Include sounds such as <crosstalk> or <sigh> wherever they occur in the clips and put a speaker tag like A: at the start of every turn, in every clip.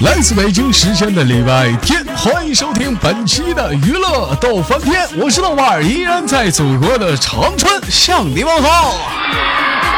A: 来自北京时间的礼拜天，欢迎收听本期的娱乐逗翻天，我是豆瓣儿，依然在祖国的长春向你问好。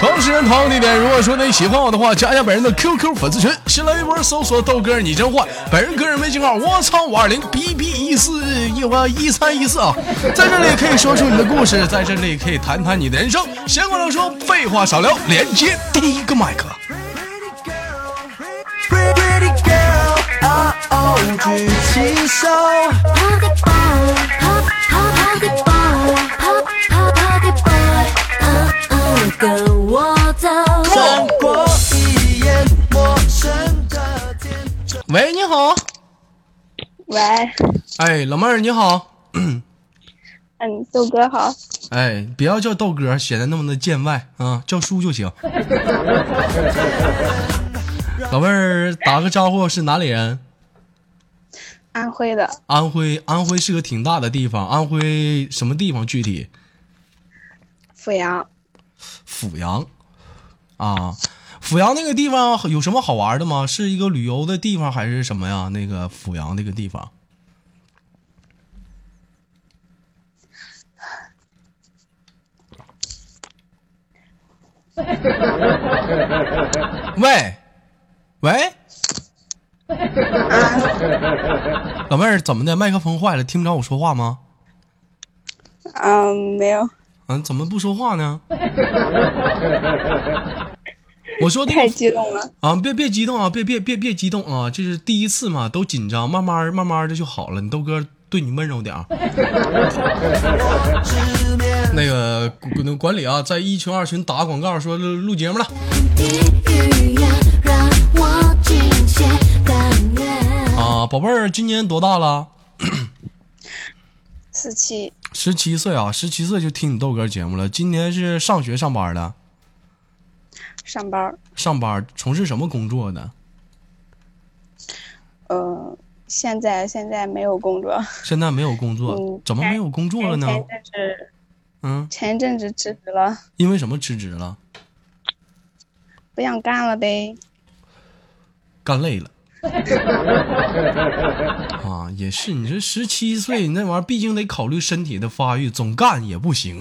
A: 同时间、同样地点，如果说你喜欢我的话，加一下本人的 QQ 粉丝群，新浪微博搜索“豆哥儿你真坏”，本人个人微信号：我操五二零 b b 一四一五一三一四啊，在这里可以说出你的故事，在这里可以谈谈你的人生。闲话少说，废话少聊，连接第一个麦克。
B: Pretty girl, uh oh，举起手，
C: 跟我走。
B: 穿过一眼陌生的天。
A: 喂，你好。
D: 喂，
A: 哎，老妹儿你好。
D: 嗯，豆哥好，
A: 哎，不要叫豆哥，显得那么的见外啊，叫叔就行。 <laughs> 老妹儿打个招呼，是哪里人？
D: 安徽的，
A: 安徽，安徽是个挺大的地方。安徽什么地方具体？
D: 阜阳，
A: 阜阳，啊，阜阳那个地方有什么好玩的吗？是一个旅游的地方还是什么呀？那个阜阳那个地方，喂，喂，老妹儿怎么的？麦克风坏了，听不着我说话吗？
D: 嗯，没有，
A: 嗯，怎么不说话呢？我说那
D: 太
A: 个
D: 激动了，
A: 啊，别别激动啊，别别别别激动啊，这是第一次嘛，都紧张，慢慢儿慢慢的就好了。你豆哥对你温柔点儿。那个管那管理啊，在一群二群打广告说录录节目了。啊，宝贝儿，今年多大了？
D: 四七，
A: 十七岁啊，十七岁就听你豆哥节目了。今年是上学上班的，
D: 上班儿，
A: 上班从事什么工作的？
D: 呃，现在现在没有工作，
A: 现在没有工作
D: 嗯，
A: 怎么没有工作了呢？
D: 前阵子
A: 嗯，
D: 前阵子辞职了，
A: 因为什么辞职了？
D: 不想干了呗，
A: 干累了。 <laughs> 啊，也是，你这十七岁，你那玩意儿毕竟得考虑身体的发育，总干也不行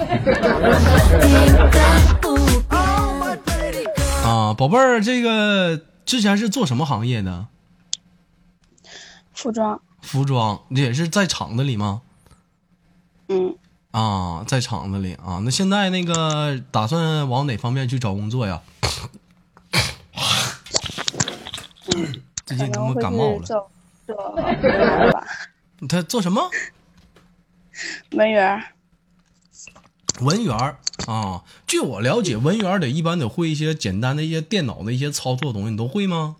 A: 啊。宝贝儿，这个之前是做什么行业的？
D: 服装，
A: 服装，你也是在厂子里吗？
D: 嗯，
A: 啊，在厂子里啊。那现在那个打算往哪方面去找工作
D: <coughs>
A: 呀？最
D: 可
A: 近他妈
D: 能会
A: 感冒
D: 是
A: 了，
D: 做做门员儿吧，
A: 他做什么？
D: 门员儿，
A: 文员儿啊，据我了解，文员儿得一般得会一些简单的一些电脑的一些操作的东西，你都会吗？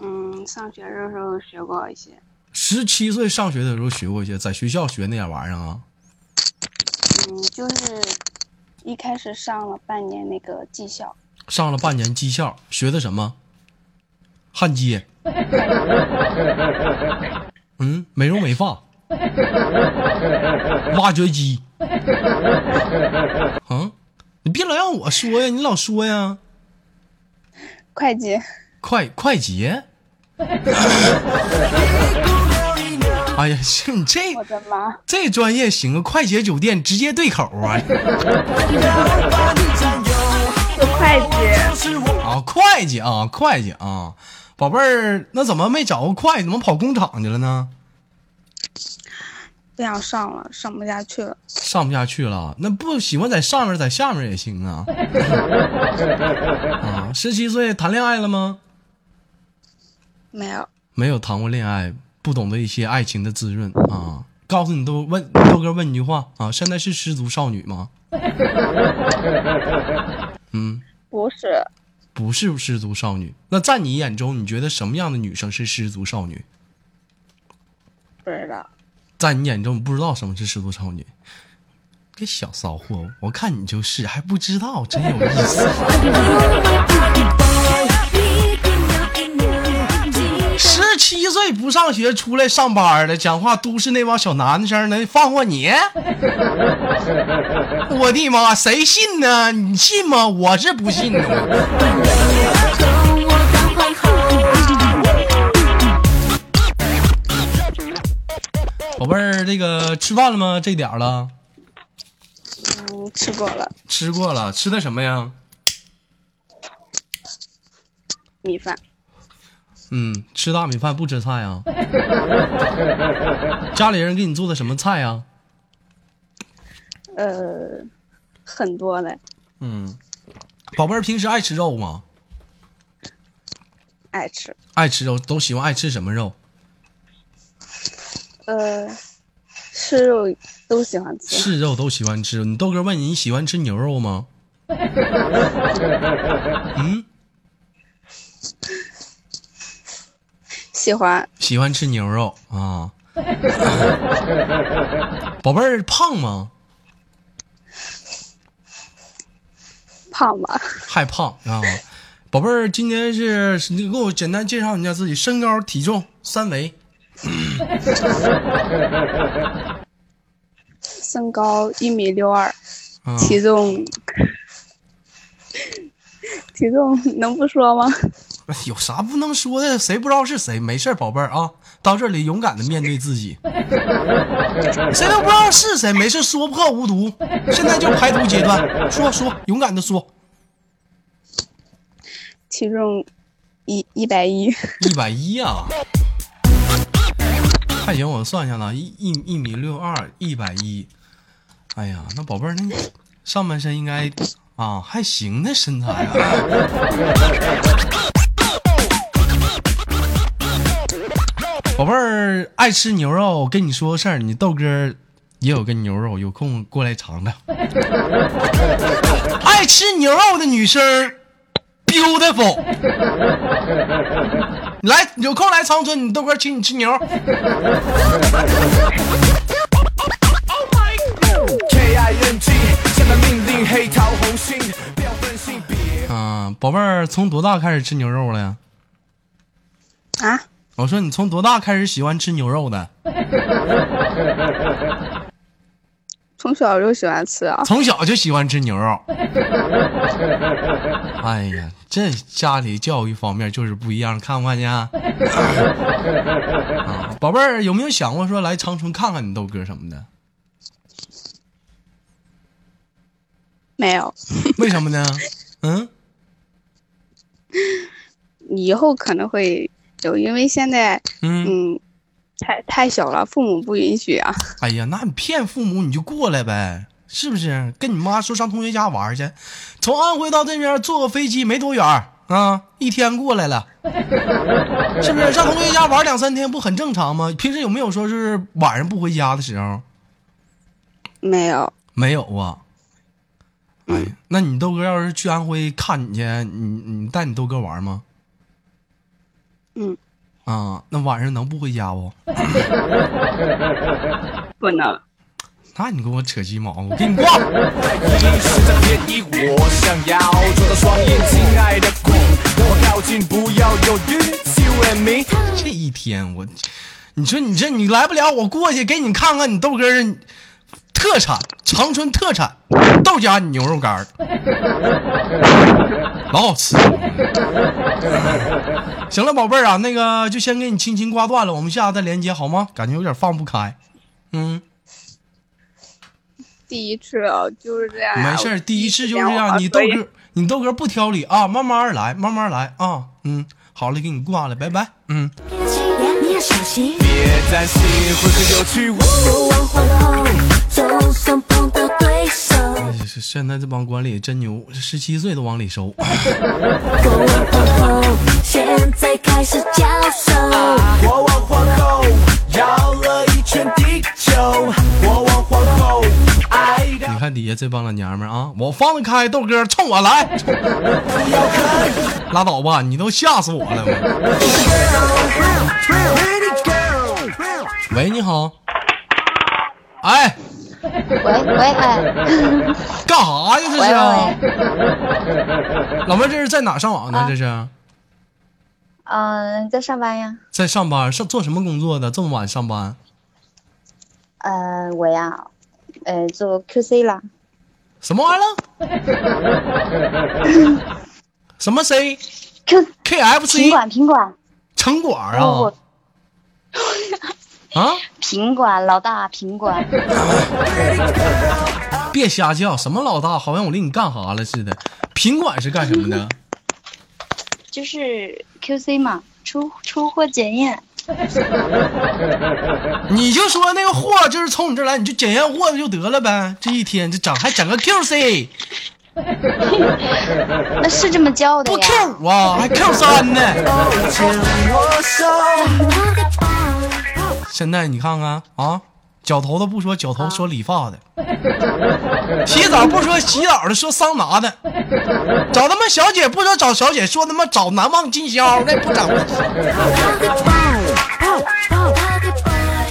D: 嗯，上学的时候学过一些，
A: 十七岁上学的时候学过一些，在学校学那点玩意儿啊
D: 嗯，就是一开始上了半年那个技校，
A: 上了半年技校，学的什么？焊接，嗯，美容美发，挖掘机，啊，你别老让我说呀，你老说呀，
D: 会计， <laughs>
A: 快快捷。哎呀，是你这
D: 我的妈，
A: 这专业行啊，快捷酒店直接对口啊！
D: 有会计，
A: 啊，会计啊，会计啊，宝贝儿，那怎么没找个会计，怎么跑工厂去了呢？
D: 不想上了，上不下去了。
A: 上不下去了，那不喜欢在上面，在下面也行啊。啊，十七岁谈恋爱了吗？
D: 没有，
A: 没有谈过恋爱，不懂得一些爱情的滋润啊。告诉你都问豆哥问你一句话啊，现在是失足少女吗？
D: 不是，
A: 不是失足少女。那在你眼中，你觉得什么样的女生是失足少女？
D: 不知道。
A: 在你眼中，你不知道什么是失足少女。这小骚货，我看你就是，还不知道，真有意思。十七岁不上学出来上班了，讲话都市那帮小男生能放过你？我的妈，谁信呢？你信吗？我是不信呢。
C: 跟我当坏猴。
A: 宝贝儿，这个吃饭了吗？这点儿了，
D: 嗯，吃过了
A: 吃过了，吃的什么呀？
D: 米饭，
A: 嗯，吃大米饭不吃菜啊？ <laughs> 家里人给你做的什么菜啊呀、
D: 呃，很多嘞，
A: 嗯，宝贝儿平时爱吃肉吗？
D: 爱吃，
A: 爱吃肉，都喜欢爱吃什么肉？
D: 呃，吃肉都喜欢吃，
A: 是肉都喜欢吃。你豆哥问你，你喜欢吃牛肉吗？嗯，
D: 喜欢
A: 喜欢吃牛肉啊。 <laughs> 宝贝儿胖吗？
D: 胖吧，
A: 还胖啊。宝贝儿，今年是你给我简单介绍一下自己，身高、体重、三围。
D: <laughs> 身高一米六二，
A: 啊、
D: 体重，体重能不说吗？
A: 有啥不能说的？谁不知道是谁？没事儿，宝贝儿啊，到这里勇敢的面对自己。谁都不知道是谁，没事说破无毒。现在就排毒阶段，说说，勇敢的说。
D: 体重一一百一，
A: 一百一啊，还行，我算一下了，一一一米六二，一百一。哎呀，那宝贝儿，那你上半身应该啊还行那身材啊。宝贝儿爱吃牛肉，我跟你说个事儿，你豆哥也有根牛肉，有空过来尝 <laughs> 尝。爱吃牛肉的女生，beautiful。来，有空来长春，你豆哥请你吃牛。
B: K I N G，下达命令，黑桃红心，不要分性别。
A: 啊，宝贝儿，从多大开始吃牛肉了呀？
D: 啊，
A: 我说你从多大开始喜欢吃牛肉 <laughs> 的？
D: 从小就喜欢吃啊，
A: 从小就喜欢吃牛 <laughs> 肉。哎呀，这家里教育方面就是不一样，看没看见？ <laughs> 啊，宝贝儿，有没有想过说来长春看看你豆哥什么的？
D: 没有，
A: 为什么呢？嗯，
D: 以后可能会有，因为现在
A: 嗯
D: 嗯，太太小了，父母不允许啊。
A: 哎呀，那你骗父母你就过来呗，是不是？跟你妈说上同学家玩去，从安徽到这边坐个飞机没多远儿啊，一天过来了，是不是？上同学家玩两三天不很正常吗？平时有没有说是晚上不回家的时候？
D: 没有，
A: 没有啊。哎呀，那你豆哥要是去安徽看你去，你你带你豆哥玩吗？
D: 嗯，
A: 啊，那晚上能不回家不？
D: 不能。
A: 那你跟我扯鸡毛，我给你挂了。
B: 试着便宜，我想要做到双眼，亲爱的姑，让我靠近，不要犹豫，You and me。
A: 这一天我，你说你这你来不了，我过去给你看看你豆哥儿特产，长春特产豆家牛肉干儿，老好吃了。行了，宝贝儿啊，那个就先给你轻轻挂断了，我们下次再连接好吗？感觉有点放不开。嗯，
D: 第一次哦，就是这样、啊。
A: 没事儿，
D: 我
A: 第一次就
D: 见
A: 这
D: 我啊
A: 样，你豆
D: 所以
A: 哥你豆哥不挑理啊，慢慢儿来，慢慢儿来啊。嗯，好了，给你挂了，拜拜。嗯。
C: 你要小心，
B: 别担心，会更有趣。
C: 不忘换后，就算碰到对手，
A: 这是哎现在这帮管理真牛，十七岁都往里收。
C: 不忘换后，现在开始交手。
B: 国王皇后绕了一圈地球，国王皇后爱的
A: 你看底下这帮老娘们儿啊，我放得开，豆哥冲我来， <laughs> 冲
B: 不要看。
A: 拉倒吧，你都吓死我了。我
B: Pretty girl，
A: 喂，你好，哎，
E: 喂喂哎，
A: 干啥呀？这是啊
E: 喂，啊
A: 老妹儿这是在哪上网呢？这是
E: 嗯、在上班呀。
A: 在上班上做什么工作的？这么晚上班？
E: 呃，我呀，呃，做 QC 啦。
A: 什么玩意儿
E: <laughs>
A: 了？什么 C
E: Q
A: KFC
E: 品管品管，
A: 城管啊
E: 我？
A: 啊！
E: 品管老大品管，
A: 别瞎叫，什么老大？好像我令你干啥了似的。品管是干什么的？
E: 就是 QC 嘛，出出货检验。
A: 你就说那个货就是从你这儿来，你就检验货就得了呗。这一天这整还整个 QC，
E: 那是这么叫的
A: 不
E: 呀？
A: Q 五啊，还 Q 三呢。现在你看看啊，绞头的不说绞头，说理发
E: <laughs>
A: 的；洗澡不说洗澡的，说桑拿的；找他妈小姐不说找小姐，说他妈找难忘今宵，那不整。 <laughs>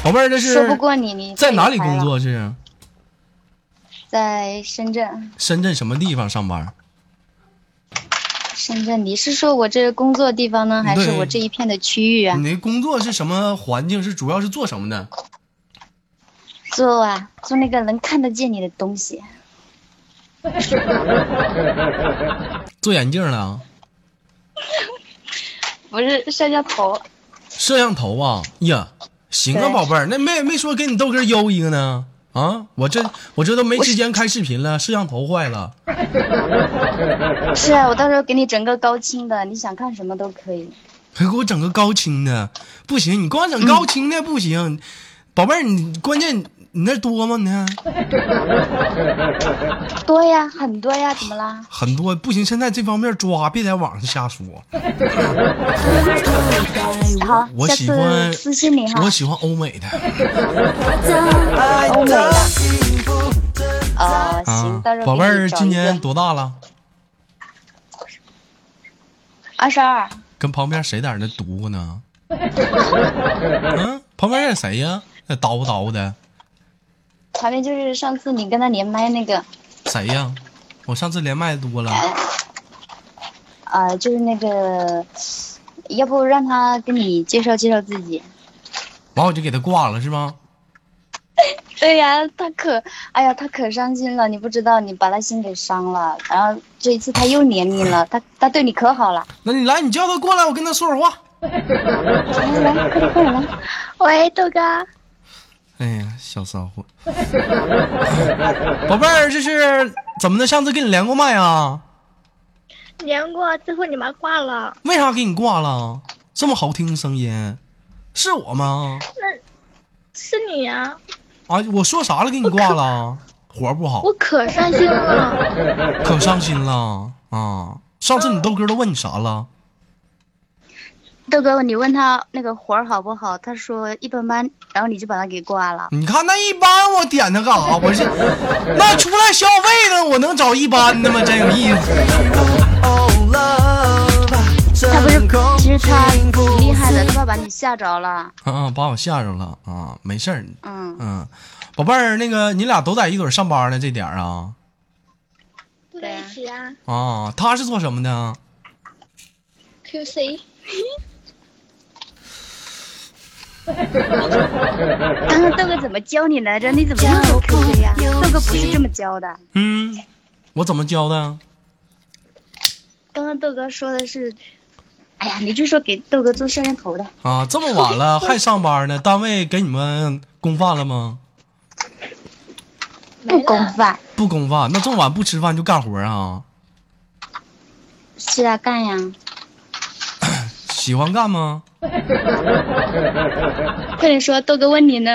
A: 宝贝儿，这
E: 说不
A: 是
E: 过你，你
A: 在哪
E: 太
A: 里
E: 厉害
A: 工
E: 了？
A: 作？是
E: 在深圳，
A: 深圳什么地方上班？
E: 深圳，你是说我这工作地方呢，还是
A: 对
E: 我这一片的区域啊？
A: 你的工作是什么环境？是主要是做什么的？
E: 做啊，做那个能看得见你的东西。
A: 做眼镜的啊，
E: 不是摄像头，
A: 摄像头啊，呀，行啊，
E: 对
A: 宝贝儿，那没没说给你豆哥邮一个呢啊！我这我这都没时间开视频了，摄像头坏了。
E: 是啊，我到时候给你整个高清的，你想看什么都可以。
A: 还给我整个高清的，不行，你光整高清的不行，宝贝儿，你关键你那多吗？你看
E: 多呀，很多呀，怎么啦？
A: 很多不行，现在这方面抓，别在网上瞎说。
E: 好
A: 哎我，
E: 下
A: 喜欢
E: 次私信你哈
A: 我。喜欢欧美的，
E: 呃，
A: 啊
E: 行，到时，候
A: 宝贝儿今年
E: 年
A: 多大了？
E: 二十二，
A: 跟旁边谁在那嘟咕呢？嗯，旁边那谁呀？那叨咕叨咕的
E: 旁边就是上次你跟他连麦那个，
A: 谁呀？我上次连麦多了，
E: 呃，就是那个，要不让他跟你介绍介绍自己？
A: 完我就给他挂了是吗？
E: 对呀、他可，哎呀，他可伤心了，你不知道，你把他心给伤了。然后这一次他又黏你
A: <laughs>
E: 了，他他对你可好了。
A: 那你来，你叫他过来，我跟他说会儿话。
E: 来来，快点快点来。 <laughs> 喂，豆哥，
A: 哎呀，小骚货， <laughs> 宝贝儿，这是怎么的？上次跟你连过麦啊？
F: 连过，最后你把挂了。
A: 为啥给你挂了？这么好听的声音，是我吗？
F: 是你呀、
A: 啊，我说啥了？给你挂了？活儿不好，
F: 我可伤心了。
A: 可伤心了啊！上次你豆哥都问你啥了？
E: 豆哥，你问他那个活儿好不好？他说一般般，然后你就把他给挂了。
A: 你看那一般，我点他干啥？我是那出来消费的，我能找一般的吗？真有意思。
E: 他不是，其实他挺厉害的，他怕把你吓着了。
A: 啊，把我吓着了啊！没事儿，
E: 嗯，
A: 嗯，宝贝儿，那个你俩都在一堆儿上班呢，这点儿啊
F: 不在一起呀
A: 啊，他是做什么的？
F: ，QC
E: 刚刚豆哥怎么教你来着？你怎么又说 Q C 呀？豆哥不是这么教的，
A: 嗯，我怎么教的？
E: 刚刚豆哥说的是，哎呀，你就说给豆哥做摄像头的。
A: 啊，这么晚
E: <laughs>
A: 了还上班呢？单位给你们供饭了吗？
E: 不公饭。
A: 不供饭，那这么晚不吃饭就干活啊？
E: 是啊，干呀，
A: 喜欢干吗？
E: 快点说，豆哥问你呢。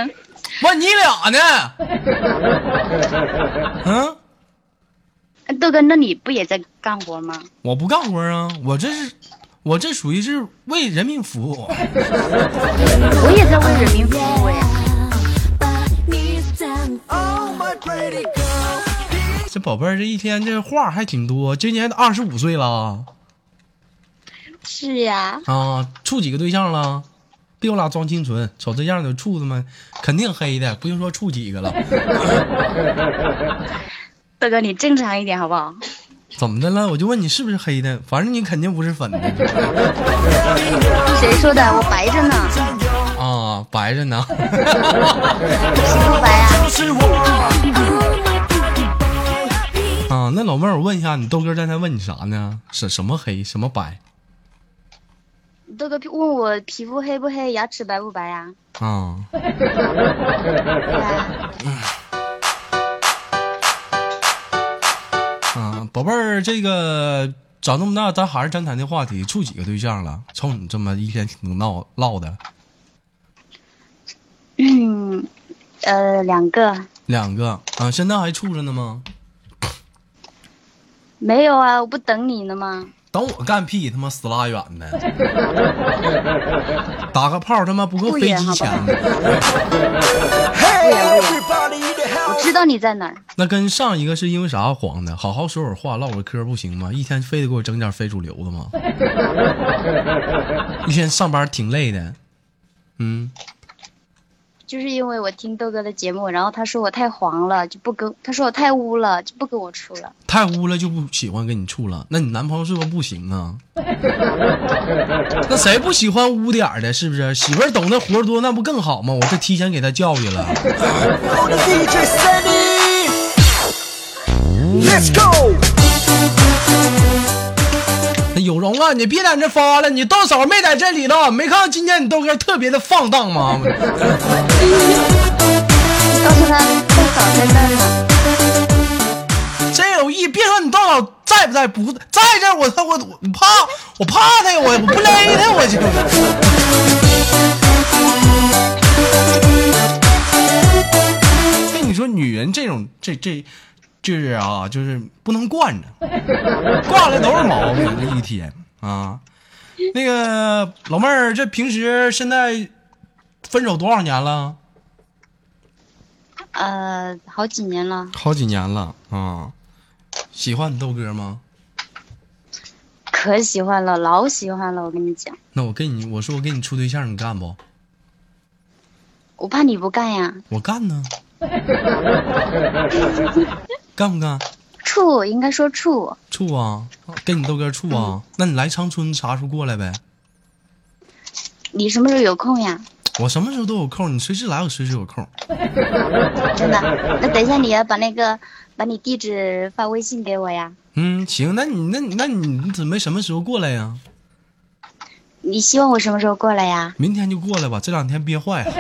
A: 问你俩
E: <laughs>
A: 呢？嗯，
E: 呃豆哥，那你不也在干活吗？
A: 我不干活啊，我这是，我这属于是为人民服务。 <laughs>
E: 我也在为人民服务呀。
A: 这宝贝儿这一天这话还挺多，今年二十五岁了
E: 是呀、
A: 啊，处几个对象了？别我俩装清纯，瞅这样就处他妈肯定黑的，不用说处几个了。
E: 豆哥，你正常一点好不好？
A: 怎么的了？我就问你是不是黑的，反正你肯定不是粉的
E: 谁说的？我白着呢，
A: 啊，白着呢。
E: 谁不白啊？
A: 啊，那老妹儿，我问一下，你豆哥刚才问你啥呢？是什么黑，什么白
E: 豆哥问我皮肤黑不黑，牙齿白不白呀、
A: 啊？ <laughs>
E: 对啊？
A: 啊，宝贝儿，这个长这么大，咱还是咱谈这话题，处几个对象了？瞅你这么一天挺闹唠的，
E: 嗯，呃，两个
A: 两个啊，现在还处着呢吗？
E: 没有啊，我不等你呢吗？
A: 等我干屁，他妈死拉远的，打个炮他妈不够飞机强。
E: 我知道你在哪儿，
A: 那跟上一个是因为啥黄的？好好说会儿话，唠会儿嗑不行吗？一天非得给我整点非主流的吗？一天上班挺累的，嗯，
E: 就是因为我听豆哥的节目，然后他说我太黄了，就不跟他说我太污了，就不跟我处了。
A: 太污了就不喜欢跟你处了。那你男朋友是不是不行啊？ <laughs> 那谁不喜欢污点儿的？是不是？媳妇儿懂得活儿多，那不更好吗？我这提前给他教育了。
B: <laughs> Let's go！
A: 那有容啊，你别在这发了，你到手没在这里头，没看今天你豆哥特别的放荡吗？
E: 告诉他太早在那儿呢，
A: 真有意，别说你到老在不在，不在这儿我操我我怕我怕他呀，我我不勒他我就。跟你说，女人这种这这，就是啊，就是不能惯着，惯了都是毛病，这一天啊。那个老妹儿，这平时现在分手多少年了？
E: 呃，好几年了，
A: 好几年了啊。喜欢你豆哥吗？
E: 可喜欢了，老喜欢了，我跟你讲，
A: 那我跟你我说我跟你处对象，你干不？
E: 我怕你不干呀，
A: 我干
F: <laughs>
A: 呢，干不干？
E: 处应该说处，
A: 处啊，跟你豆哥处
F: 嗯
A: 啊。那你来长春啥时候过来呗？
E: 你什么时候有空呀？
A: 我什么时候都有空，你随时来，我随时有空。
E: 真的？那等一下你要把那个把你地址发微信给我呀。
A: 嗯，行，那你那你那你你准备什么时候过来呀、
E: 你希望我什么时候过来呀？
A: 明天就过来吧，这两天憋坏
F: <laughs>
A: 了。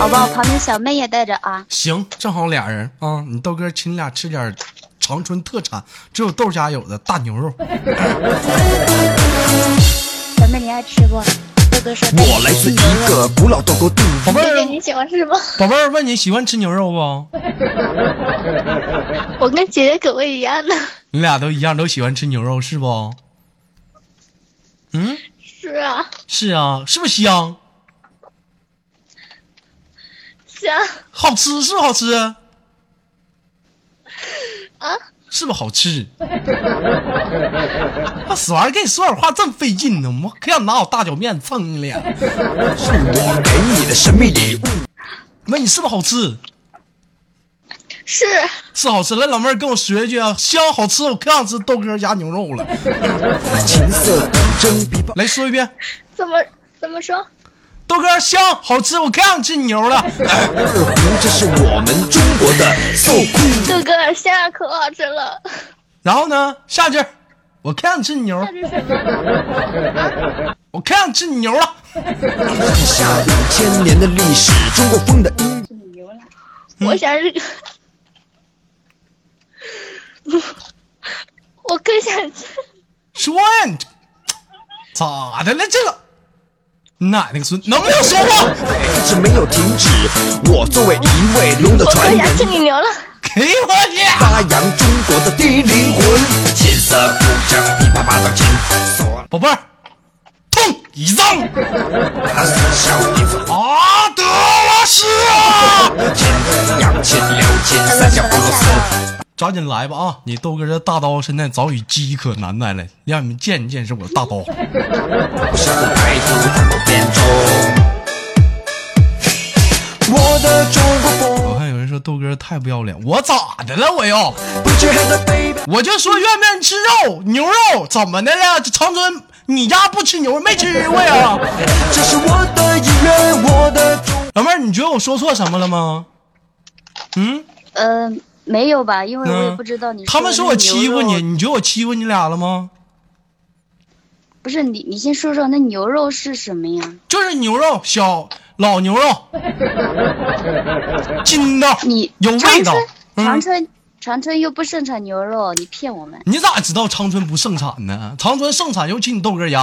E: 好吧，我旁边小妹也带着啊。
A: 行，正好俩人啊，你豆哥请你俩吃点长春特产，只有豆家有的大牛肉。
E: 小妹，你爱吃不？豆哥说
B: 我来自一个古老的国度，
A: 宝贝
F: 这个
A: 儿，
F: <laughs> 你喜欢吃吗？
A: 宝贝儿，问你喜欢吃牛肉不？
F: 我跟姐姐口味一样的。
A: 你俩都一样，都喜欢吃牛肉是不？嗯。
F: 是啊，
A: 是啊，是不是香？
F: 香
A: 好吃是不是好吃？
F: 啊，
A: 是不是好吃？那死玩意儿跟你说点话这么费劲呢，我可想拿我大脚面蹭你脸。
B: 是我给你的神秘礼物。
A: 问你是不是好吃？
F: 是
A: 是好吃。来，老妹儿跟我学一句啊，香好吃，我可想吃豆哥家牛肉了。
B: 琴瑟古筝，琵琶
A: 来说一遍，
F: 怎么怎么说？
A: 豆哥香好吃，我可想吃牛了。
B: 二胡，这是我们中国的受苦。
F: 豆哥现在可好吃了，
A: 然后呢，下句儿，我可想吃牛
F: 那，是什么？
A: 我可想吃牛了。
B: 以下五千年的历史，中国风的音
F: 我想是， <laughs> 我更想吃。
A: 说呀，你这咋的了？这个你奶奶个孙，能不能说话？
B: 一直没有停止。我作为一位龙的
F: 我
B: 传
E: 哎
F: 更想
B: 人，
F: 吃你牛了，
A: 给我去！
B: 发扬中国的第一灵魂。琴瑟古筝，琵琶八掌琴锁，
A: 宝贝儿，痛一丈
B: 他是小音符。
A: 啊！得了是啊，
B: 琴、扬琴、柳琴、三角俄罗斯。
A: 抓紧来吧啊！你豆哥这大刀现在早已饥渴难耐了，让你们见一见识我的大刀。
B: 我像个白兔探过天中。我的中国
A: 我
B: 风，
A: 看有人说豆哥太不要脸，我咋的了？我又，我就说愿不愿意吃肉，牛肉怎么的了？长春，你家不吃牛，没吃啊过呀？
G: 这是我的意愿，我的主
A: 老妹儿，你觉得我说错什么了吗？嗯，
E: 嗯、没有吧？因为我也不知道你、
A: 他们说我欺负你，，你觉得我欺负你俩了吗？
E: 不是你，你先说说那牛肉是什么呀？
A: 就是牛肉，小老牛肉，筋道，
E: 你
A: 有味道。嗯
E: 长春，长春，长春又不盛产牛肉，你骗我们！
A: 你咋知道长春不盛产呢？长春盛产，尤其你豆哥
E: <laughs>
A: 家。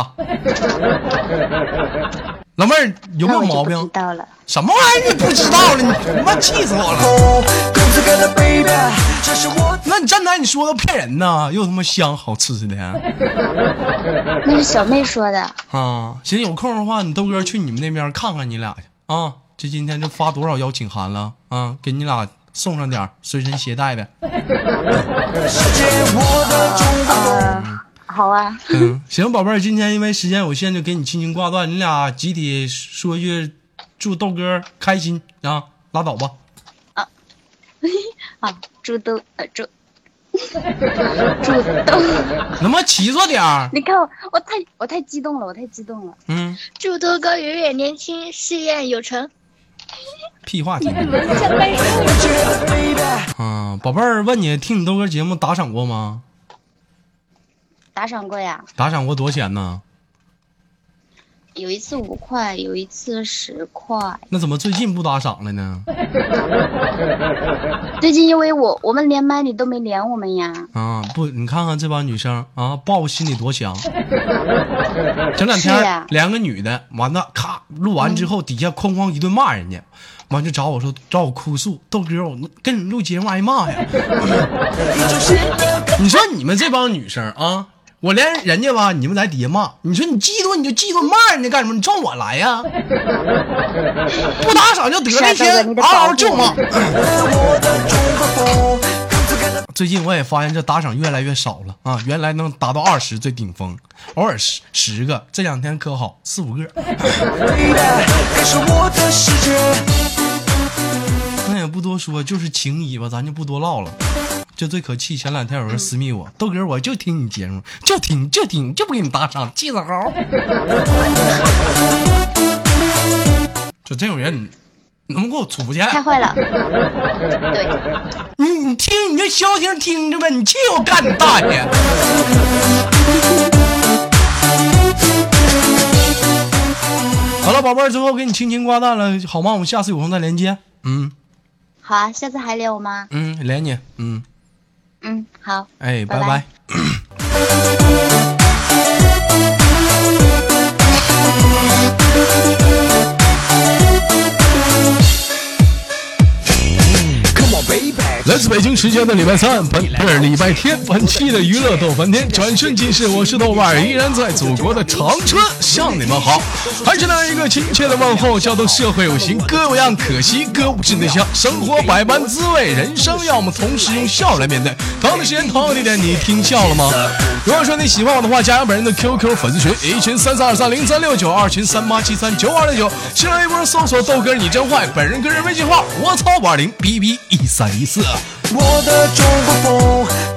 A: 老妹儿有没有
E: 那我就
A: 毛
E: 不知
A: 病？
E: 道了。
A: 什么玩意儿？你不知道了？你他妈气死我了！
G: 动，跟这个的 baby，这是我的。
A: 那你站台你说的骗人呢，又他妈香好吃的
E: 那是小妹说的，
A: 啊！行，有空的话，你豆哥去你们那边看看你俩去啊！这今天这发多少邀请函了啊？给你俩送上点儿随身携带的。
E: 好啊，
A: 嗯，行，宝贝儿，今天因为时间有限，就给你轻轻挂断。你俩集体说一句祝豆哥开心啊，拉倒吧。
E: 啊，猪都呃猪，猪都，
A: 能不能齐着点儿？
E: <laughs> 你看我，我太我太激动了，我太激动了。
A: 嗯，
F: 祝多哥永远年轻，事业有成。
A: 屁话听。嗯，宝贝儿，问你，听你豆哥节目打赏过吗？
E: 打赏过呀，
A: 打赏过多少钱呢？
E: 有一次五块，有一次十块。
A: 那怎么最近不打赏了呢？
E: 最近因为我我们连麦你都没连我们呀，
A: 啊，不，你看看这帮女生啊，抱心里多
E: <laughs>
A: 强。前两
E: 是
A: 天
E: 呀
A: 连个女的，完了咔录完之后，底下哐哐一顿骂人家，完就找我说找我哭诉，豆哥，我跟你录节目挨骂
E: <laughs>
A: 呀。你说你们这帮女生啊，我连人家吧，你们在底下骂，你说你嫉妒你就嫉妒骂人家干什么？你冲我来
E: <laughs>
A: 呀？不打赏就得
E: 是啊
A: 那
E: 豆哥
A: 天
E: 你
A: 嗷
E: 得保
A: 嗷
E: 护
A: 就骂
E: 我。
A: 最近我也发现这打赏越来越少了啊，原来能达到二十最顶峰，偶尔十十个，这两天可好，四五个。那也不多说，就是情谊吧，咱就不多唠了。这最可气，前两天有人私密我，豆哥，我就听你节目，就听就听，就不给你打赏，气死猴。就这种人，你能不能给我出去？
E: 太坏了。对，
A: 你你嗯听，你就消停听着呗，你气我干你大爷！好了，宝贝儿，最后给你轻轻挂断了，好吗？我们下次有空再连接。嗯
E: 好啊，下次还连我吗？
A: 嗯，连你，嗯，
E: 嗯，好。
A: 哎，拜
E: 拜拜
A: 来自北京时间的礼拜三，本不是礼拜天，本期的娱乐逗翻天转瞬即逝。我是豆瓣儿，依然在祖国的长春向你们好，还是那一个亲切的问候，叫做社会有形，歌有样，可惜歌不是那香。生活百般滋味，人生要么同时用笑来面对。同样的时间，同样的地点，你听笑了吗？如果说你喜欢我的话，加上本人的 QQ 粉丝群，一群三三二三零三六九，二群三八七三九二六九，新浪微博搜索豆哥你真坏，本人个人微信号我操五二零 B B 一三一四。
G: 我的中国风，